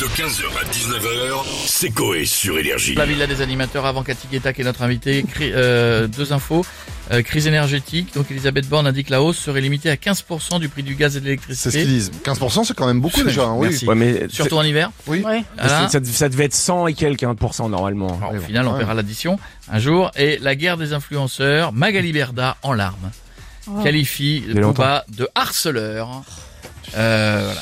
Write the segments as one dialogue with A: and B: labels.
A: De 15h à 19h, c'est Coé sur Énergie.
B: La Villa des animateurs avant Cathy Guetta qui est notre invité. Cri- euh, deux infos. Euh, crise énergétique. Donc Elisabeth Borne indique que la hausse serait limitée à 15% du prix du gaz et de
C: C'est ce qu'ils
B: l'électricité.
C: disent. 15%, c'est quand même beaucoup déjà. hein, oui.
B: Merci.
D: Ouais, mais
B: Surtout en hiver.
C: Oui.
E: Ouais.
B: Alain.
D: ça, ça- ça devait être 100 et quelques hein, de pourcents, normalement.
B: Alors,
C: Ouais,
B: au
C: bon,
B: final, on
C: ouais.
B: verra l'addition un jour. Et la guerre des influenceurs, Magali Berda en larmes
E: Oh.
B: qualifie
D: y a longtemps.
B: Booba de harceleur. Euh, voilà.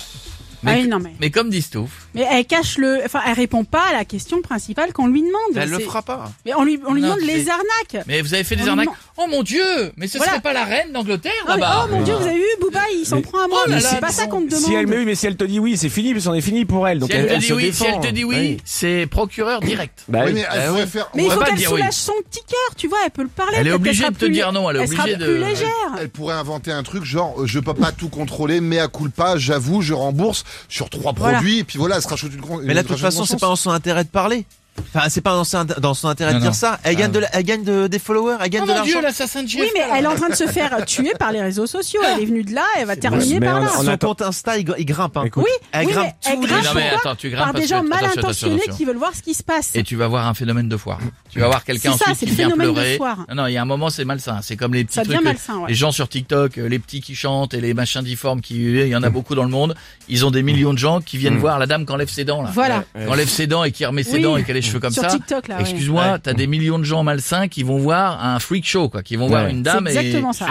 E: Ah
B: Mais,
E: oui, non, mais...
B: mais comme dit Stouff,
E: mais elle cache le, enfin, elle répond pas à la question principale qu'on lui demande. C'est-
B: pas.
E: Mais on lui, on lui
B: Non,
E: demande les
B: c'est-
E: arnaques.
B: Mais vous avez fait des
E: On
B: arnaques.
E: lui demande-
B: Oh mon Dieu, mais ce
E: Voilà.
B: serait pas la reine d'angleterre
E: Ah, mais-
B: là-bas.
E: oh mon dieu, vous avez vu, Booba, il s'en
D: Mais-
E: prend à moi.
B: Oh là
E: mais
B: là,
E: c'est pas
B: bah, mais
E: ça qu'on te demande.
D: Si elle, mais oui, mais si elle te dit oui, c'est fini, puis c'en est fini pour elle. Donc
B: Si elle, te dit
D: se
B: oui, si
D: défend.
B: elle te dit oui,
D: Oui.
B: c'est procureur direct.
D: Bah
C: Oui,
D: oui.
C: mais elle
B: Ah
C: pourrait
B: oui.
C: faire-
E: Mais il
B: On va
E: faut
B: pas
E: qu'elle
B: dire
E: soulage
B: oui.
E: son petit cœur, tu vois, elle peut le parler.
B: Elle est
E: peut-être
B: obligée
E: sera
B: de te
E: plus-
B: dire non, elle est
E: sera
B: obligée de-
E: plus
C: Elle
E: légère.
C: pourrait inventer un truc genre euh, je peux pas tout contrôler, mais à coup pas, j'avoue, je rembourse sur trois
E: Voilà.
C: produits, et puis voilà, elle se rajoute une con-
F: Mais là, de
C: une rachète
F: toute façon, c'est
C: conscience.
F: pas dans son intérêt de parler. Enfin, c'est pas dans son, dans son intérêt
B: Non,
F: de dire
B: non.
F: ça. Elle gagne, de la- elle gagne de- des followers, elle gagne
B: Oh
E: Ah
F: de
E: bah,
B: mon dieu,
F: l'argent.
B: l'assassin de JFK.
E: Oui, mais elle est en train de se faire tuer par les réseaux sociaux. Elle est venue de là, elle va terminer
D: vrai.
E: par
D: Mais
E: là.
D: on
F: Son
D: attend-
F: compte Insta, il, gr- il grimpe. hein.
D: Écoute,
E: Oui,
F: Elle
E: oui,
F: grimpe
E: mais
F: tous
E: elle
F: les
B: Mais
E: grimpe
B: non, mais
E: pourquoi
B: attends, tu grimpes
E: par des
B: parce
E: gens
B: que-
E: mal
B: attention, attention,
E: intentionnés
B: attention.
E: qui veulent voir ce qui se passe.
B: Et tu vas voir un phénomène de foire. Tu vas voir quelqu'un
E: C'est ça,
B: ensuite
E: c'est
B: qui
E: le
B: vient
E: phénomène de
B: pleurer.
E: foire.
B: Non, non, il y a un moment, c'est malsain. C'est comme les petits
E: Ça devient
B: trucs,
E: malsain, ouais.
B: les gens sur TikTok, euh, les petits qui chantent et les machins difformes qui, il y en a beaucoup dans le monde. Ils ont des millions de gens qui viennent voir la dame qui enlève ses dents, là.
E: Voilà.
B: Qui enlève ses dents et qui remet ses
E: Oui.
B: dents et qui a les cheveux comme
E: Sur
B: ça.
E: TikTok, là. Ah ouais.
B: Excuse-moi, t'as des millions de gens malsains qui vont voir un freak show, quoi, qui vont voir
D: Ouais.
B: une
E: C'est
B: dame et.
E: exactement ça.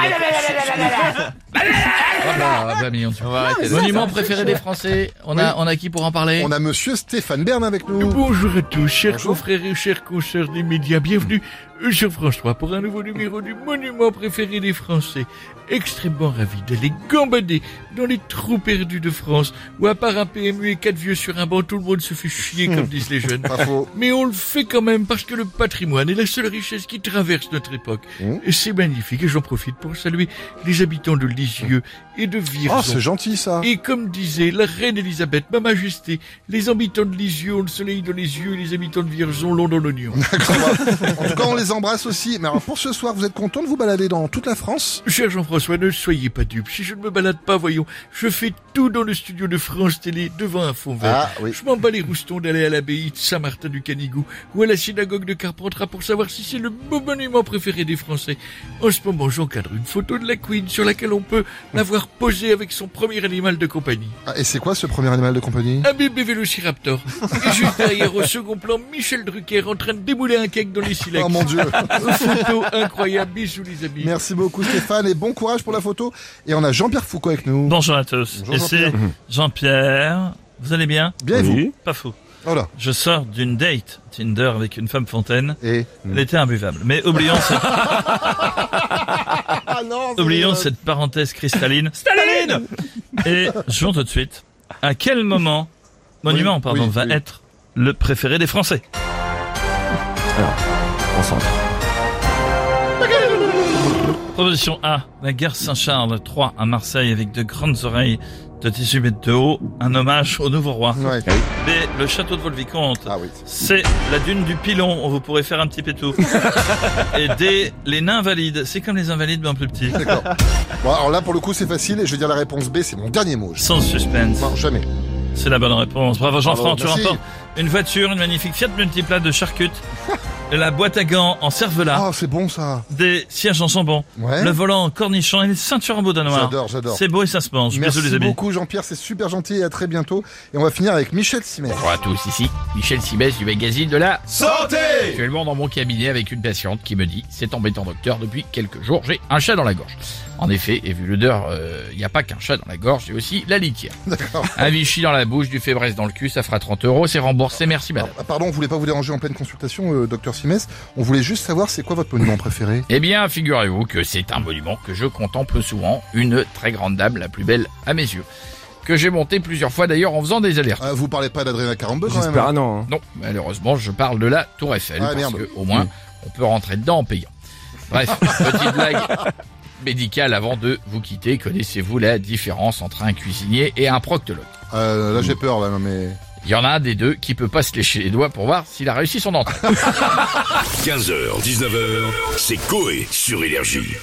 B: Ah, bah, bah, millions de- Monument préféré des Français. On a, on a qui pour en parler?
C: On a monsieur Stéphane Bern avec nous.
G: Bonjour à tous, chers
C: Bonjour.
G: confrères et chers consoeurs des médias, bienvenue euh, sur France 3 pour un nouveau numéro du monument préféré des Français. Extrêmement ravi d'aller gambader dans les trous perdus de France, où à part un PMU et quatre vieux sur un banc, tout le monde se fait chier, comme disent les jeunes.
C: Pas faux.
G: Mais on le fait quand même parce que le patrimoine est la seule richesse qui traverse notre époque.
C: Mmh.
G: Et C'est magnifique et j'en profite pour saluer les habitants de Lisieux et de Virzon.
C: Oh, c'est gentil ça.
G: Et comme disait la reine Elisabeth, ma majesté, les habitants de Lisieux ont le soleil dans les yeux et les habitants de Vierzon l'ont dans l'oignon.
C: D'accord, bah, en tout cas, on les embrasse aussi. Mais alors, pour ce soir, vous êtes content de vous balader dans toute la France
G: Cher Jean-François, ne soyez pas dupe. Si je ne me balade pas, voyons, je fais tout dans le studio de France Télé devant un fond vert.
C: Ah oui.
G: Je m'en bats les roustons d'aller à l'abbaye de Saint-Martin du Canigou ou à la synagogue de Carpentras pour savoir si c'est le beau monument préféré des Français. En ce moment, j'encadre une photo de la Queen sur laquelle on peut la voir posée avec son premier animal de compagnie.
C: Ah, Et c'est quoi ce premier animal de compagnie
G: Un bébé vélociraptor. Et juste derrière, au second plan, Michel Drucker en train de démouler un cake dans les silex.
C: Oh mon dieu.
G: Photo incroyable. Bisous les amis.
C: Merci beaucoup Stéphane et bon courage pour la photo. Et on a Jean-Pierre Foucault avec nous.
H: Bonjour à tous.
C: Bonjour,
H: Et c'est Jean-Pierre. Vous allez bien
C: Bien et vous
D: oui.
H: Pas fou.
C: Oh là.
H: Je sors d'une date Tinder avec une femme fontaine.
C: Et...
H: Elle était imbuvable. Mais oublions, ce- oublions cette parenthèse cristalline. Staline Et jouons tout de suite. À quel moment, monument, pardon,
C: oui,
H: va
C: oui.
H: être le préféré des Français
D: ensemble.
H: Proposition A. La guerre Saint-Charles 3 à Marseille avec de grandes oreilles de 18 mètres de haut. Un hommage au nouveau roi.
C: Ouais.
H: B. Le château de Volvicomte.
C: Ah oui.
H: C'est la dune du pilon, vous pourrez faire un petit pétou. et D, les nains valides. C'est comme les invalides, mais en plus petit.
C: D'accord. Bon, alors là, pour le coup, c'est facile et je vais dire la réponse B, c'est mon dernier mot. Je-
H: Sans suspense.
C: Non, jamais.
H: C'est la bonne réponse. Bravo Jean-Franc, tu
C: Merci.
H: remportes une voiture, une magnifique Fiat Multipla de charcute, la boîte à gants en cervelas,
C: Ah, c'est bon ça.
H: des sièges en jambon,
C: Ouais.
H: le volant en cornichon et les ceintures en boudin noir.
C: J'adore, j'adore.
H: Ah, C'est beau et ça se mange.
C: Merci
H: Désolé les amis.
C: beaucoup Jean-Pierre, c'est super gentil et à très bientôt. Et on va finir avec Michel Simère.
B: Bonjour à tous, ici Michel Sibès du magazine de la Santé Actuellement dans mon cabinet avec une patiente qui me dit C'est embêtant docteur, depuis quelques jours j'ai un chat dans la gorge. En effet, et vu l'odeur, euh, il n'y a pas qu'un chat dans la gorge, j'ai aussi la litière.
C: D'accord.
B: Un Vichy dans la bouche, du Fébreze dans le cul, ça fera 30 euros, c'est remboursé, merci madame.
C: Ah, Pardon, on voulait pas vous déranger en pleine consultation, euh, docteur Simès. On voulait juste savoir c'est quoi votre monument préféré.
B: Eh bien, figurez-vous que c'est un monument que je contemple souvent, une très grande dame, la plus belle à mes yeux, que j'ai montée plusieurs fois d'ailleurs en faisant des alertes.
C: Ah, vous parlez pas d'Adrien Carambeu quand même.
D: J'espère,
C: hein
D: ah non. hein.
B: Non, malheureusement, je parle de la Tour Eiffel,
C: Ah,
B: parce
C: merde.
B: que, au moins, on peut rentrer dedans en payant. Bref, petite blague médicale avant de vous quitter. Connaissez-vous la différence entre un cuisinier et un proctologue
C: Euh, là, j'ai peur, là, non mais.
B: Il y en a un des deux qui peut pas se lécher les doigts pour voir s'il a réussi son entrée.
A: 15h, 19h, c'est Coé sur Énergie.